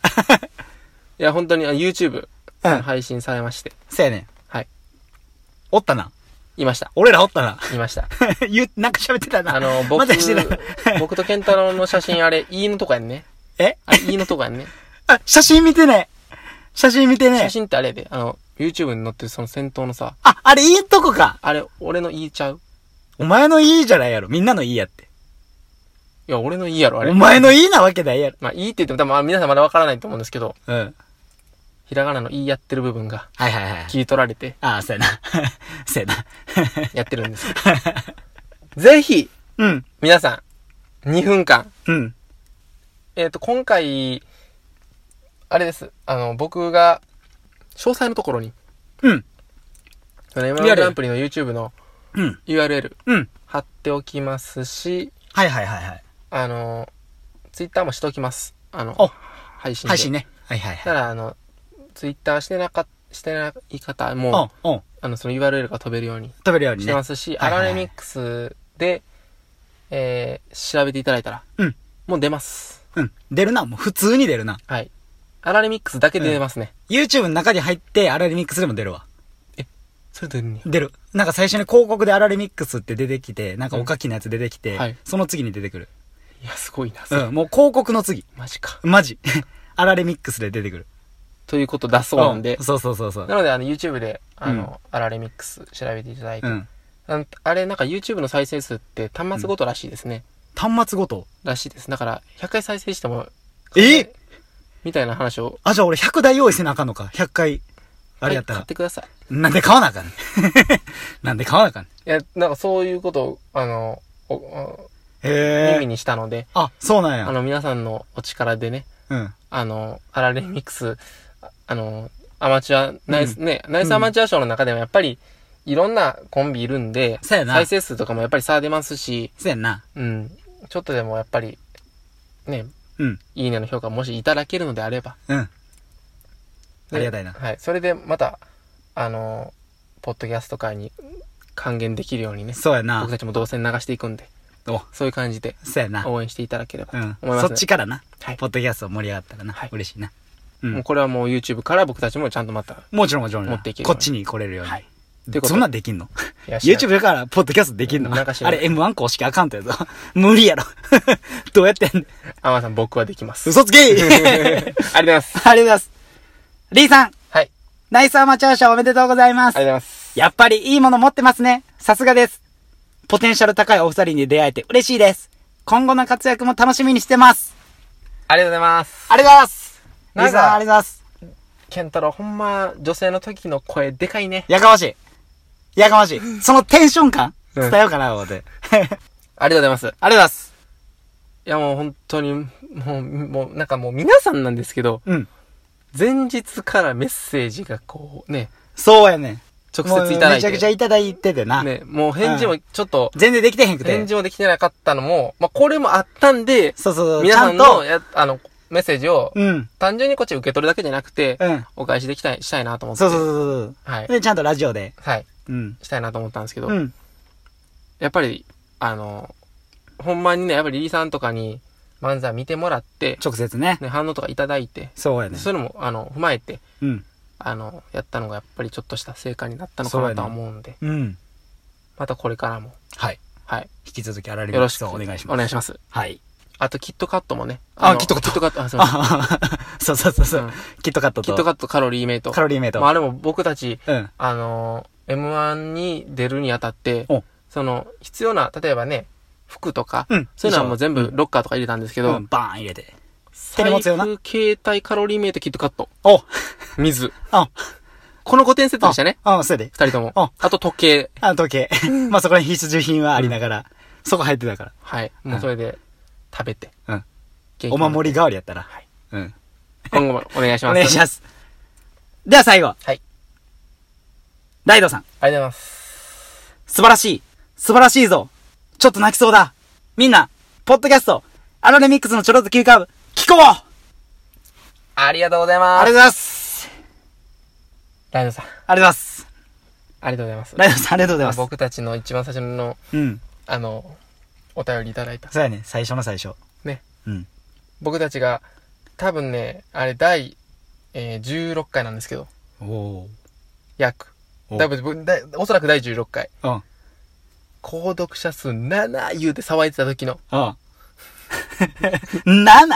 Speaker 1: や、本当にあ YouTube
Speaker 2: うん
Speaker 1: 配信されまして、
Speaker 2: そうやねん。
Speaker 1: はい。
Speaker 2: おったな。
Speaker 1: いました。
Speaker 2: 俺らおったな。
Speaker 1: いました。
Speaker 2: 言う、なんか喋ってたな。
Speaker 1: あ の、僕
Speaker 2: まだしてない。、
Speaker 1: 僕と健太郎の写真、あれ、いいのとかやんね。
Speaker 2: え
Speaker 1: あれ、いいのとかやん ね。
Speaker 2: あ、写真見てない。写真見てな
Speaker 1: 写
Speaker 2: い。
Speaker 1: 真ってあれやで、あの、YouTube に載ってるその先頭のさ、
Speaker 2: あ、あれいいとこか。
Speaker 1: あれ、俺のいいちゃう
Speaker 2: お前のいいじゃないやろ。みんなのいいやって。
Speaker 1: いや、俺のいいやろ、あれ。
Speaker 2: お前のいいなわけないやろ。
Speaker 1: まあ、いいって言っても多分、あ皆さんまだわからないと思うんですけど、
Speaker 2: うん。
Speaker 1: ひらがなのいいやってる部分が
Speaker 2: はいはいはい。
Speaker 1: 切り取られて
Speaker 2: ああ、そうやな。 そうやな。
Speaker 1: やってるんですけど。ぜひ、
Speaker 2: うん。
Speaker 1: 皆さん、2分間、
Speaker 2: うん。
Speaker 1: えっ、と、今回、あれです。あの、僕が、詳細のところに、
Speaker 2: うん。
Speaker 1: その M1
Speaker 2: リア
Speaker 1: グ
Speaker 2: ル
Speaker 1: ランプリの YouTube の
Speaker 2: うん。
Speaker 1: URL
Speaker 2: うん。
Speaker 1: 貼っておきますし、
Speaker 2: はいはいはいはい。
Speaker 1: あの、ツイッターもしておきます。あの
Speaker 2: お、
Speaker 1: 配信で。
Speaker 2: 配信ね。はいはい
Speaker 1: た
Speaker 2: はい。
Speaker 1: ら、あの、ツイッターしてなか、してない方
Speaker 2: お
Speaker 1: も
Speaker 2: ん、、おん。
Speaker 1: あの、その URL が飛べるように
Speaker 2: 食べるように
Speaker 1: し
Speaker 2: ね
Speaker 1: て。ますし、
Speaker 2: は
Speaker 1: ア
Speaker 2: いはい
Speaker 1: ラ
Speaker 2: はい
Speaker 1: レミックスで、えー、調べていただいたら、
Speaker 2: うん
Speaker 1: もう出ます。
Speaker 2: うん。出るな。もう普通に出るな。
Speaker 1: はい。アラレミックスだけで出ますね。
Speaker 2: YouTube の中に入って、アラレミックスでも出るわ。
Speaker 1: それでね、
Speaker 2: 出る。なんか最初に広告でアラレミックスって出てきて、なんかおかきのやつ出てきて、
Speaker 1: うんはい
Speaker 2: その次に出てくる。
Speaker 1: いや、すごいな、それ
Speaker 2: うん。もう広告の次。
Speaker 1: マジか。
Speaker 2: マジ。 アラレミックスで出てくる。
Speaker 1: ということだそうなんで
Speaker 2: う、そうそうそうそう
Speaker 1: な。ので、あの、YouTube で、あの、アラレミックス調べていただいて
Speaker 2: う、ん。
Speaker 1: あのあれ、なんか YouTube の再生数って端末ごとらしいですね。
Speaker 2: 端末ごと。
Speaker 1: らしいです。だから、100回再生しても、
Speaker 2: え
Speaker 1: みたいな話を、
Speaker 2: あ、じゃあ俺100台用意せなあかんのか。100回。あれやった
Speaker 1: はい買
Speaker 2: ら
Speaker 1: っ。てください。
Speaker 2: なんで買わなあかんね んなんで買わなあかんねん
Speaker 1: いや、なんかそういうことを、あの、おお
Speaker 2: へ
Speaker 1: 耳
Speaker 2: え。
Speaker 1: にしたので、
Speaker 2: あ、そうなん
Speaker 1: あ
Speaker 2: や。
Speaker 1: の、皆さんのお力でね、
Speaker 2: うん。
Speaker 1: あの、アラレミックス、ああの、アマチュア、ナイス、ね、ナイスアマチュア賞の中でもやっぱり、いろんなコンビいるんで、
Speaker 2: そうやな
Speaker 1: 再生数とかもやっぱり差出ますし、
Speaker 2: せやんな。
Speaker 1: うん、ちょっとでもやっぱり、ね、
Speaker 2: うん。
Speaker 1: いいねの評価もしいただけるのであれば。
Speaker 2: うん。
Speaker 1: で
Speaker 2: ありがたいな
Speaker 1: はい。それでまた、あの、ポッドキャスト界に還元できるようにね、
Speaker 2: そうやな
Speaker 1: 僕。たちも動線流していくんで、
Speaker 2: お、
Speaker 1: そういう感じで
Speaker 2: そうやな。
Speaker 1: 応援していただければ
Speaker 2: う
Speaker 1: と思
Speaker 2: ん
Speaker 1: います、ね
Speaker 2: そっちからな。
Speaker 1: はい
Speaker 2: ポッドキャスト盛り上がったらな
Speaker 1: はい。
Speaker 2: 嬉しいな。う。
Speaker 1: もうんこれはもう YouTube から僕たちもちゃんとまた、
Speaker 2: もちろんもちろん。
Speaker 1: 持っていけるよう
Speaker 2: こ
Speaker 1: に
Speaker 2: っちに来れるよう
Speaker 1: はいということ
Speaker 2: に。
Speaker 1: で
Speaker 2: そんなんできんの
Speaker 1: いや
Speaker 2: ?YouTube だから、ポッドキャストできんの
Speaker 1: なん
Speaker 2: あ
Speaker 1: か知らん
Speaker 2: れ M1 公式アカウントやぞ。 無理やろ。どうやってやんねん
Speaker 1: アマさん僕はできます。
Speaker 2: 嘘 つけありがとう
Speaker 1: ありがとうございます。
Speaker 2: ございます。リーさん、
Speaker 1: はい。
Speaker 2: ナイスアマチュア賞おめでとうございます
Speaker 1: ありがとうござ。います。
Speaker 2: やっぱりいいもの持ってますね。さすがです。ポテンシャル高いお二人に出会えて嬉しいです。今後の活躍も楽しみにしてます。
Speaker 1: ありがとうございます。
Speaker 2: ありがとうございます。リ
Speaker 1: なんか
Speaker 2: ーさん、ありがとうございます。
Speaker 1: ケンタロウ、ほんま、女性の時の声でかいね。
Speaker 2: やかましい。やかましい。そのテンション感
Speaker 1: うん
Speaker 2: 伝えようかな、思って。 ありがとう
Speaker 1: ありがとうございます。
Speaker 2: ございます。
Speaker 1: いやもう本当に、もう、もう、なんかもう皆さんなんですけど、
Speaker 2: うん。
Speaker 1: 前日からメッセージがこう、ね、
Speaker 2: そうやね。
Speaker 1: 直接いただいて。
Speaker 2: もうめちゃくちゃいただいててな。
Speaker 1: ね、もう返事もちょっと、
Speaker 2: 全然できてへんくて。
Speaker 1: 返事もできてなかったのも、まあ、これもあったんで、
Speaker 2: そうそうそう。
Speaker 1: 皆
Speaker 2: ちゃ
Speaker 1: さ
Speaker 2: ん
Speaker 1: んの
Speaker 2: と。
Speaker 1: や、あの、メッセージを、
Speaker 2: うん。
Speaker 1: 単純にこっち受け取るだけじゃなくて、
Speaker 2: うん
Speaker 1: お返しできたい、したいなと思って。
Speaker 2: そうそうそう
Speaker 1: は
Speaker 2: そう。
Speaker 1: い。
Speaker 2: で、ちゃんとラジオで。
Speaker 1: はい。
Speaker 2: うん。
Speaker 1: したいなと思ったんですけど、
Speaker 2: うん。
Speaker 1: やっぱり、あの、ほんまにね、やっぱりリーさんとかに漫才見てもらって、
Speaker 2: 直接ね。
Speaker 1: ね、反応とかいただいて、
Speaker 2: そうやね。
Speaker 1: そういうのも、あの、踏まえて、
Speaker 2: うん。
Speaker 1: あの、やったのがやっぱりちょっとした成果になったのかなとは思うんで、
Speaker 2: うん。
Speaker 1: またこれからも、
Speaker 2: はい。
Speaker 1: はい。
Speaker 2: 引き続き、あられ
Speaker 1: よろしく
Speaker 2: お願いし
Speaker 1: お
Speaker 2: ま
Speaker 1: 願い
Speaker 2: す。
Speaker 1: します。
Speaker 2: はい。
Speaker 1: あと、キットカットもね。
Speaker 2: あ
Speaker 1: の
Speaker 2: キットカット
Speaker 1: キットカット、あ、そう
Speaker 2: あ そうそうそうそう、
Speaker 1: うん
Speaker 2: キットカットと。
Speaker 1: キットカットカロリーメイト。
Speaker 2: カロリーメイト。
Speaker 1: まあ、あれも僕たち、
Speaker 2: うん。
Speaker 1: あのー M1 に出るにあたって
Speaker 2: お、
Speaker 1: その、必要な、例えばね、服とか、
Speaker 2: うん
Speaker 1: そういうのはもう全部ロッカーとか入れたんですけど、
Speaker 2: うん、バーン入れて。手に
Speaker 1: 財
Speaker 2: 持
Speaker 1: 布、
Speaker 2: つよな
Speaker 1: 携帯、カロリーメイト、キットカット、
Speaker 2: お
Speaker 1: 水。
Speaker 2: あ、
Speaker 1: この5点セットでしたね。
Speaker 2: あ、うん、そうやで。
Speaker 1: 二人とも。
Speaker 2: お
Speaker 1: あと時計。
Speaker 2: あ、時計。 まあ、そこら辺必需品はありながら、そこ入ってたか
Speaker 1: はい。もうそれで、食べて。
Speaker 2: ら。うん。
Speaker 1: 元気
Speaker 2: お守り代わりやったら。
Speaker 1: はい
Speaker 2: うん。
Speaker 1: 今後もお願いし
Speaker 2: お
Speaker 1: ます。
Speaker 2: 願いします。では最後。
Speaker 1: はい。
Speaker 2: ライドさん。
Speaker 1: ありがとうございます。
Speaker 2: 素晴らしい。素晴らしいぞ。ちょっと泣きそうだ。みんな、ポッドキャスト、アラレミックスのちょろず急カーブ、聞こうあ
Speaker 1: ありがとうございます。
Speaker 2: りがとうございます。
Speaker 1: ライドさん、
Speaker 2: ありがとうございます。
Speaker 1: ありがとうございます。
Speaker 2: ライドさん、ありがとうございます。
Speaker 1: 僕たちの一番最初の、
Speaker 2: うん。
Speaker 1: あの、お便りいただいた。
Speaker 2: そうやね。最初の最初。
Speaker 1: ね。
Speaker 2: うん。
Speaker 1: 僕たちが、多分ね、あれ、第、えー16回なんですけど、
Speaker 2: おお。
Speaker 1: 約。
Speaker 2: お
Speaker 1: 多分ぶだいおそらく第16回。
Speaker 2: うん。
Speaker 1: 購読者数7言うて騒いでた時の、
Speaker 2: うん。7!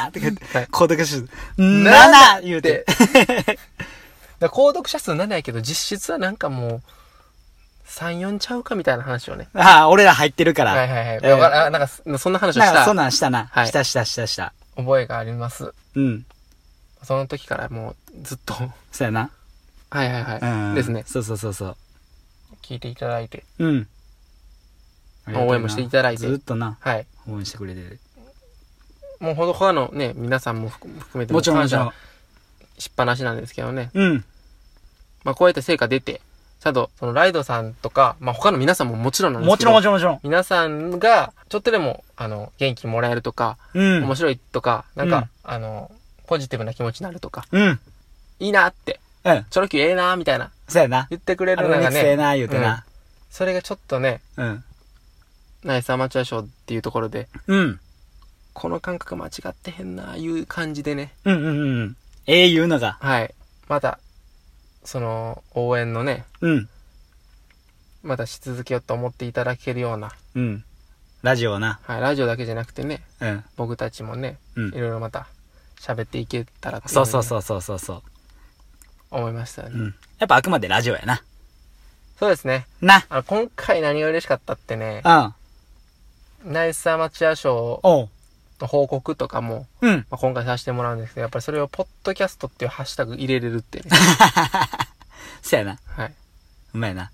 Speaker 2: って言って
Speaker 1: はい、
Speaker 2: 高得数。7! 言うて。。
Speaker 1: だ購読者数7やけど、実質はなんかもう、3、4ちゃうかみたいな話をね。
Speaker 2: ああ、俺ら入ってるか
Speaker 1: はい
Speaker 2: ら。
Speaker 1: はいはい。
Speaker 2: えー
Speaker 1: わからなんか、そんな話を
Speaker 2: な
Speaker 1: し
Speaker 2: んか、そん
Speaker 1: た
Speaker 2: なんしたな。
Speaker 1: はい
Speaker 2: したしたしたした。
Speaker 1: 覚えがあります。
Speaker 2: うん。
Speaker 1: その時からもう、ずっと、
Speaker 2: そうやな。
Speaker 1: はいはいは
Speaker 2: うん。
Speaker 1: い。ですね。
Speaker 2: そうそうそうそう。
Speaker 1: 聞いていただいて。
Speaker 2: うん。
Speaker 1: 応援もしていただいて
Speaker 2: ずっとな、
Speaker 1: はい。
Speaker 2: 応援してくれてる。
Speaker 1: もうほど他のね、皆さんも含含めて
Speaker 2: もちろん、も
Speaker 1: 感
Speaker 2: ちろん
Speaker 1: 謝。しっぱなしなんですけどね。
Speaker 2: うん。
Speaker 1: まあこうやって成果出て、ちゃんと、そのライドさんとか、まあ他の皆さんももちろんなんです
Speaker 2: も
Speaker 1: けど、
Speaker 2: ちろんもちろんもちろん。
Speaker 1: 皆さんが、ちょっとでも、あの、元気もらえるとか、
Speaker 2: うん
Speaker 1: 面。白いとか、なんか、あの、ポジティブな気持ちになるとか、
Speaker 2: うん。
Speaker 1: いいなって、
Speaker 2: うん。
Speaker 1: チョロ Q ええなみたいな、
Speaker 2: そうやな。
Speaker 1: 言ってくれ
Speaker 2: あ
Speaker 1: る
Speaker 2: れ
Speaker 1: のが
Speaker 2: がね、
Speaker 1: ね、
Speaker 2: な言うてな。
Speaker 1: それがちょっとね、
Speaker 2: うん。
Speaker 1: ナイスアマチュア賞っていうところで、
Speaker 2: うん。
Speaker 1: この感覚間違ってへんないう感じでね、
Speaker 2: うんうんうん。ええ言うのが。
Speaker 1: はい。また、その、応援のね、
Speaker 2: うん。
Speaker 1: またし続けようと思っていただけるような、
Speaker 2: うん。ラジオな。
Speaker 1: はい、ラジオだけじゃなくてね、
Speaker 2: うん。
Speaker 1: 僕たちもね、
Speaker 2: うん
Speaker 1: い。ろいろまた喋っていけたらってい
Speaker 2: そうそうそううそうそうそう。
Speaker 1: ね思いましたよね、
Speaker 2: うん。やっぱあくまでラジオやな。
Speaker 1: そうですね
Speaker 2: な。
Speaker 1: あの今回何が嬉しかったってね
Speaker 2: うん。
Speaker 1: ナイスアマチュア賞
Speaker 2: おう。
Speaker 1: の報告とかも、
Speaker 2: うん。
Speaker 1: まあ、今回させてもらうんですけどやっぱりそれをポッドキャストっていうハッシュタグ入れれるってね、
Speaker 2: そうやな。
Speaker 1: はい、
Speaker 2: うまいな。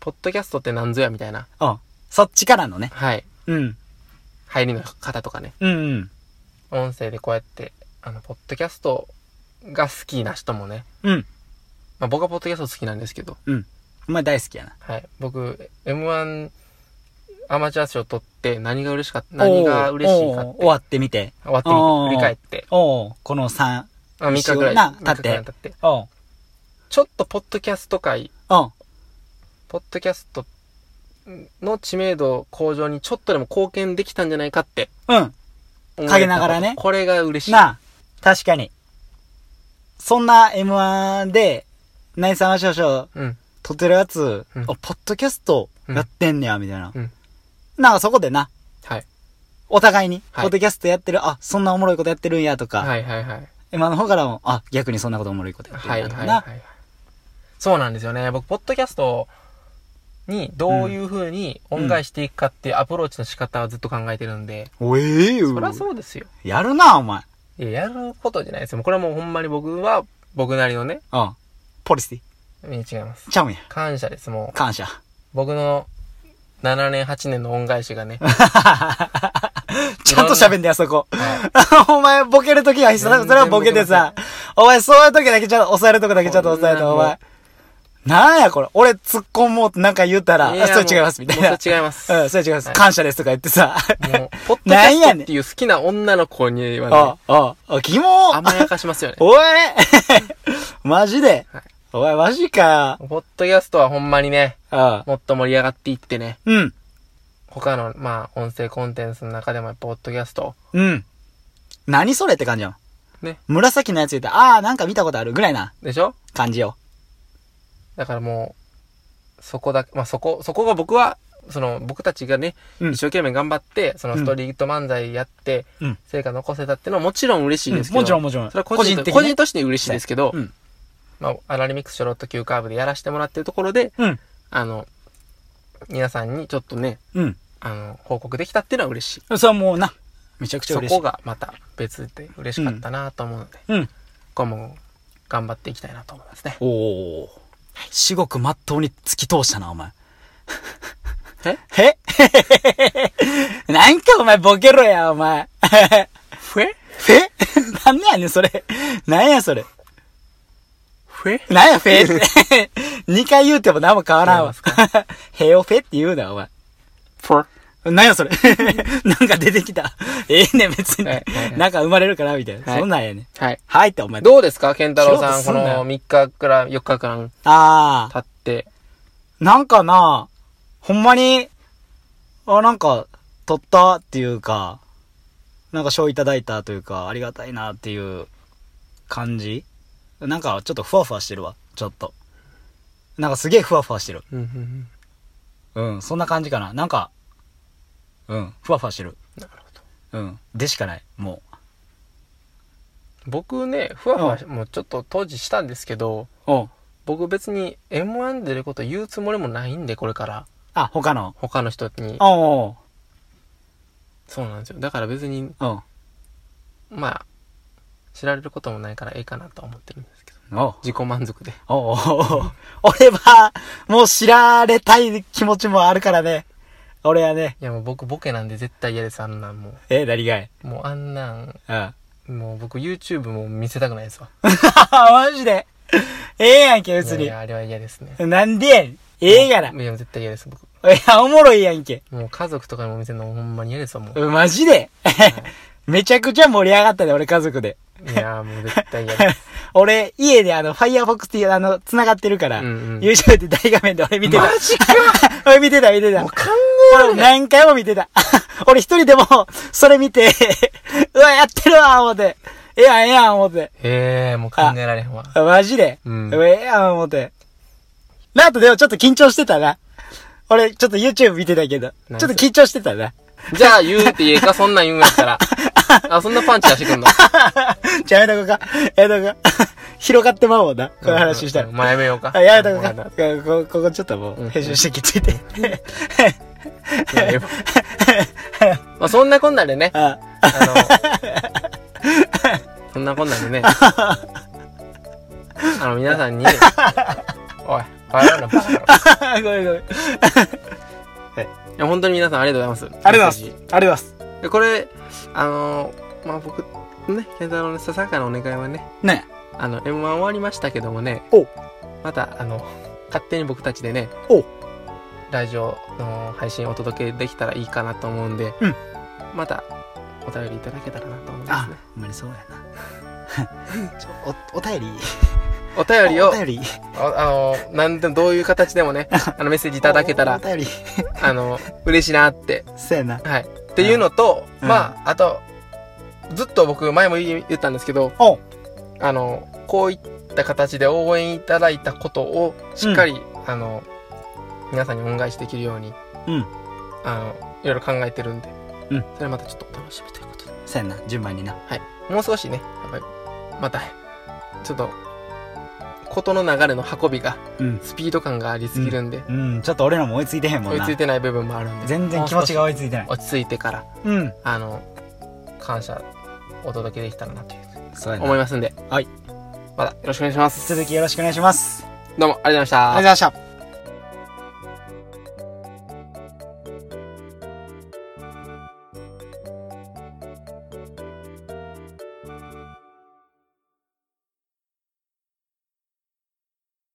Speaker 1: ポッドキャストってなんぞやみたいな
Speaker 2: おう。そっちからのね。
Speaker 1: はい
Speaker 2: うん。
Speaker 1: 入りの方とかね
Speaker 2: うんうん。
Speaker 1: 音声でこうやってあのポッドキャストが好きな人もね、
Speaker 2: うん。
Speaker 1: まあ、僕はポッドキャスト好きなんですけど
Speaker 2: うん。お前大好きやな。
Speaker 1: はい。僕、M1 アマチュア賞取って何が嬉しかった、何が嬉しいか
Speaker 2: おうお
Speaker 1: っ
Speaker 2: う
Speaker 1: て、
Speaker 2: 終わってみて。
Speaker 1: 終わって
Speaker 2: おー
Speaker 1: みて、振り返って、
Speaker 2: おう。この3。
Speaker 1: あ3日ぐらい、
Speaker 2: 一緒にな
Speaker 1: 三日ぐらい
Speaker 2: 経
Speaker 1: 経って、
Speaker 2: おう。
Speaker 1: ちょっとポッドキャスト界、
Speaker 2: おう。
Speaker 1: ポッドキャストの知名度向上にちょっとでも貢献できたんじゃないかって
Speaker 2: うん。
Speaker 1: 思えたこと
Speaker 2: 陰ながらね
Speaker 1: これが嬉しい。
Speaker 2: なあ。確かに。そんな M1 で、ナイスアマ少々
Speaker 1: うん。
Speaker 2: 撮ってるやつ、
Speaker 1: うん
Speaker 2: あ、ポッドキャストやってんねや、みたいな。
Speaker 1: うん
Speaker 2: なんかそこでな、
Speaker 1: はい。
Speaker 2: お互いに、
Speaker 1: はい
Speaker 2: ポッドキャストやってる、あ、そんなおもろいことやってるんやとか、
Speaker 1: はいはいはい。
Speaker 2: 今の方からも、あ、逆にそんなことおもろいことやってる
Speaker 1: は
Speaker 2: ん
Speaker 1: い
Speaker 2: や
Speaker 1: はい
Speaker 2: と
Speaker 1: は
Speaker 2: か
Speaker 1: い
Speaker 2: な。
Speaker 1: はい。そうなんですよね。僕、ポッドキャストにどういう風に恩返していくかっていうアプローチの仕方はずっと考えてるんで、
Speaker 2: おええよ
Speaker 1: そりゃそうですよ。
Speaker 2: やるな、お前。
Speaker 1: いや、やることじゃないですよ。これはもうほんまに僕は、僕なりのね、
Speaker 2: うん。ポリシー。
Speaker 1: 違います。
Speaker 2: ちゃうんや。
Speaker 1: 感謝です、もう。
Speaker 2: 感謝。
Speaker 1: 僕の7年、8年の恩返しがね。
Speaker 2: ちゃんと喋んだよ、そこ。
Speaker 1: は
Speaker 2: お前、ボケるときは必殺。それはボケてさ。お前、そういうときだけちゃんと、抑えるとこだけちゃんと抑えて、
Speaker 1: こんな
Speaker 2: お
Speaker 1: もう
Speaker 2: 前。なんや、これ。俺、突っ込もうってなんか言ったら、
Speaker 1: いや
Speaker 2: あそれ違います、みたいな。
Speaker 1: もうそれ違います
Speaker 2: うん、それ違います。
Speaker 1: はい
Speaker 2: 感謝ですとか言ってさ。
Speaker 1: もう、ポッドキ
Speaker 2: なん
Speaker 1: ャ
Speaker 2: や
Speaker 1: スト
Speaker 2: ねん
Speaker 1: っていう好きな女の子には
Speaker 2: あ
Speaker 1: ね、、
Speaker 2: あ、あ、キモー
Speaker 1: 甘やかしますよね。
Speaker 2: おい マジで
Speaker 1: はい。
Speaker 2: お前、マジかよ。
Speaker 1: ポッドキャストはほんまにね、
Speaker 2: あ
Speaker 1: もっと盛り上がっていってね、
Speaker 2: うん、
Speaker 1: 他の、まあ、音声コンテンツの中でも、ポッドキャスト、
Speaker 2: うん。何それって感じよ。
Speaker 1: ね。
Speaker 2: 紫のやつ言って、あー、なんか見たことあるぐらいな
Speaker 1: でしょ
Speaker 2: 感じよ。
Speaker 1: だからもう、そこだけ、まあ、そこ、そこが僕は、その、僕たちがね、
Speaker 2: うん
Speaker 1: 一生懸命頑張って、そのストリート漫才やって、
Speaker 2: うん
Speaker 1: 成果残せたってのはもちろん嬉しいですけど、
Speaker 2: うんもちろんもちろん
Speaker 1: それは個人と
Speaker 2: 個人的にね
Speaker 1: 個人として嬉しいですけど、
Speaker 2: うん。
Speaker 1: まあ、アナリミックスショロット急カーブでやらせてもらってるところで、
Speaker 2: うん。
Speaker 1: あの、皆さんにちょっとね、
Speaker 2: うん。
Speaker 1: あの、報告できたっていうのは嬉しい。
Speaker 2: それはもうな、めちゃくちゃ
Speaker 1: そ
Speaker 2: 嬉しい。
Speaker 1: こがまた別で嬉しかったなと思うので、
Speaker 2: うん。
Speaker 1: 今後も頑張っていきたいなと思いますね。
Speaker 2: おお。至極まっとうに突き通したな、お前。
Speaker 1: え
Speaker 2: え なんかお前ボケろや、お前。
Speaker 1: ふえ
Speaker 2: えなんなんやねん、それ。なんや、それ。
Speaker 1: ふえ
Speaker 2: なんや、フェ って。二回言うても何も変わらんわ
Speaker 1: 違いま。
Speaker 2: へをフェって言うな、お前。
Speaker 1: ふえ
Speaker 2: なんや、それ。 なんか出てきた。ええねん、別に
Speaker 1: はいはいは。い
Speaker 2: なんか生まれるから、みたいな。
Speaker 1: はい
Speaker 2: そんなんやねん。
Speaker 1: はい。
Speaker 2: はいって、お前。
Speaker 1: どうですか健太郎さん、
Speaker 2: 仕事す
Speaker 1: こ
Speaker 2: んなよ
Speaker 1: の3日から4日間
Speaker 2: ああ。
Speaker 1: 経って。
Speaker 2: なんかな、ほんまに、あ、なんか、取ったっていうか、なんか賞いただいたというか、ありがたいなっていう感じなんかちょっとふわふわしてるわ、ちょっと。なんかすげえふわふわしてる。
Speaker 1: うんうんうん。
Speaker 2: うん、そんな感じかな。なんか、うん、ふわふわしてる。
Speaker 1: なるほど。
Speaker 2: うん、でしかない、も
Speaker 1: 僕ね、ふわふわし、もうちょっと当時したんですけど、
Speaker 2: う。お
Speaker 1: 僕別に M1 出ること言うつもりもないんで、これから。
Speaker 2: あ、他の。
Speaker 1: 他の人に。
Speaker 2: おう
Speaker 1: そうなんですよ。だから別に、
Speaker 2: おう
Speaker 1: まあ、知られることもないからええかなとは思ってるんですけど。
Speaker 2: おう
Speaker 1: 自己満足で。
Speaker 2: おうおう 俺は、もう知られたい気持ちもあるからね。俺はね、
Speaker 1: いやもう僕ボケなんで絶対嫌です、あんなんも。
Speaker 2: え、何がいう
Speaker 1: もうあんなん、
Speaker 2: うん。
Speaker 1: もう僕 YouTube も見せたくないですわ。
Speaker 2: マジでええやんけ、
Speaker 1: い
Speaker 2: 別
Speaker 1: やい
Speaker 2: に
Speaker 1: や。あれは嫌ですね。
Speaker 2: なんでやねん。ええやら。い
Speaker 1: いや、絶対嫌です、僕。
Speaker 2: や、おもろいやんけ。
Speaker 1: もう家族とかにも見せるのほんまに嫌ですわ、もう。
Speaker 2: マジで。 めちゃくちゃ盛り上がったね、俺家族で。
Speaker 1: いや、もう絶対嫌です。
Speaker 2: 俺、家であの、Firefox っていうあの、繋がってるから、
Speaker 1: うんうん
Speaker 2: YouTube で大画面で俺見てた。
Speaker 1: マジか
Speaker 2: 俺見てた、見てた
Speaker 1: もう。考
Speaker 2: 俺何回も見てた。 俺一人でも、それ見て、 うわ、やってるわ、思って。ええやん、ええやん、思って。
Speaker 1: え、ええ、もう考えられへんわ。
Speaker 2: マジで。
Speaker 1: うん
Speaker 2: ええやん、思って。なあとでもちょっと緊張してたな。俺、ちょっと YouTube 見てたけど、ちょ
Speaker 1: な
Speaker 2: っ
Speaker 1: ん
Speaker 2: と
Speaker 1: それ
Speaker 2: 緊張してたな。
Speaker 1: じゃあ言うって言えか、そんなん言うんやったら。あ、そんなパンチ出してくんの
Speaker 2: じゃあやめとこうか。やめとこうか。 広がってまうもんな。この話したら。
Speaker 1: うんまあやめようか。
Speaker 2: あやめとこう
Speaker 1: も
Speaker 2: か。
Speaker 1: う
Speaker 2: ここここちょっとも
Speaker 1: う
Speaker 2: う、
Speaker 1: ん
Speaker 2: 編集してきついて。
Speaker 1: やめようまあそんなこんなでね、
Speaker 2: あ
Speaker 1: あの、そんなこんなんでね、あの皆さ んに、おい、バラのバカ野郎
Speaker 2: ごめんごめん。
Speaker 1: いや、本当に皆さんありがとうございます。
Speaker 2: ありがとうございます。ありが
Speaker 1: メッセー
Speaker 2: とうございます。
Speaker 1: ジでこれ、あのーまあ僕、ね、健太郎のささやかなお願いはね、
Speaker 2: ね
Speaker 1: あの、M1 終わりましたけどもね、
Speaker 2: お
Speaker 1: また、あの、勝手に僕たちでね、
Speaker 2: お
Speaker 1: ラジオの配信をお届けできたらいいかなと思うんで、
Speaker 2: うん
Speaker 1: また、お便りいただけたらなと思いま
Speaker 2: あ
Speaker 1: すね。、
Speaker 2: ほんまにそうやな。 ちょお、お便り。
Speaker 1: お便りを、
Speaker 2: お便り。い
Speaker 1: ああのー、なんでもどういう形でも ね、あの、メッセージいただけた
Speaker 2: お
Speaker 1: ら、
Speaker 2: 便り。
Speaker 1: あの、嬉しいなって、
Speaker 2: そうやな。
Speaker 1: はい。っていうのと、
Speaker 2: うん
Speaker 1: まあ、あと、ずっと僕、前も言い言ったんですけど、
Speaker 2: お
Speaker 1: あの、こういった形で応援いただいたことをしっかり、あの、皆さんに恩返しできるように、
Speaker 2: うん
Speaker 1: あの、いろいろ考えてるんで、
Speaker 2: うん
Speaker 1: それまたちょっとお楽しみということで。
Speaker 2: そうやな。順番にな。
Speaker 1: もう少しね、やっぱり、また、ちょっと、事の流れの運びが、
Speaker 2: うん。
Speaker 1: スピード感がありすぎるんで、
Speaker 2: うん、ちょっと俺らも追いついてへんも
Speaker 1: 追
Speaker 2: ん
Speaker 1: い
Speaker 2: な
Speaker 1: つい。てない部分もあるんで、
Speaker 2: 全然気持ちが追いついてない。
Speaker 1: 落ち着いてから、
Speaker 2: うん。
Speaker 1: あの、感謝、お届けできたらなという
Speaker 2: そうやな
Speaker 1: 思。いますんで、
Speaker 2: はい。
Speaker 1: またよろしくお願いします。
Speaker 2: 続きよろしくお願いします。
Speaker 1: どうもありがとうございました
Speaker 2: ありがとうございました。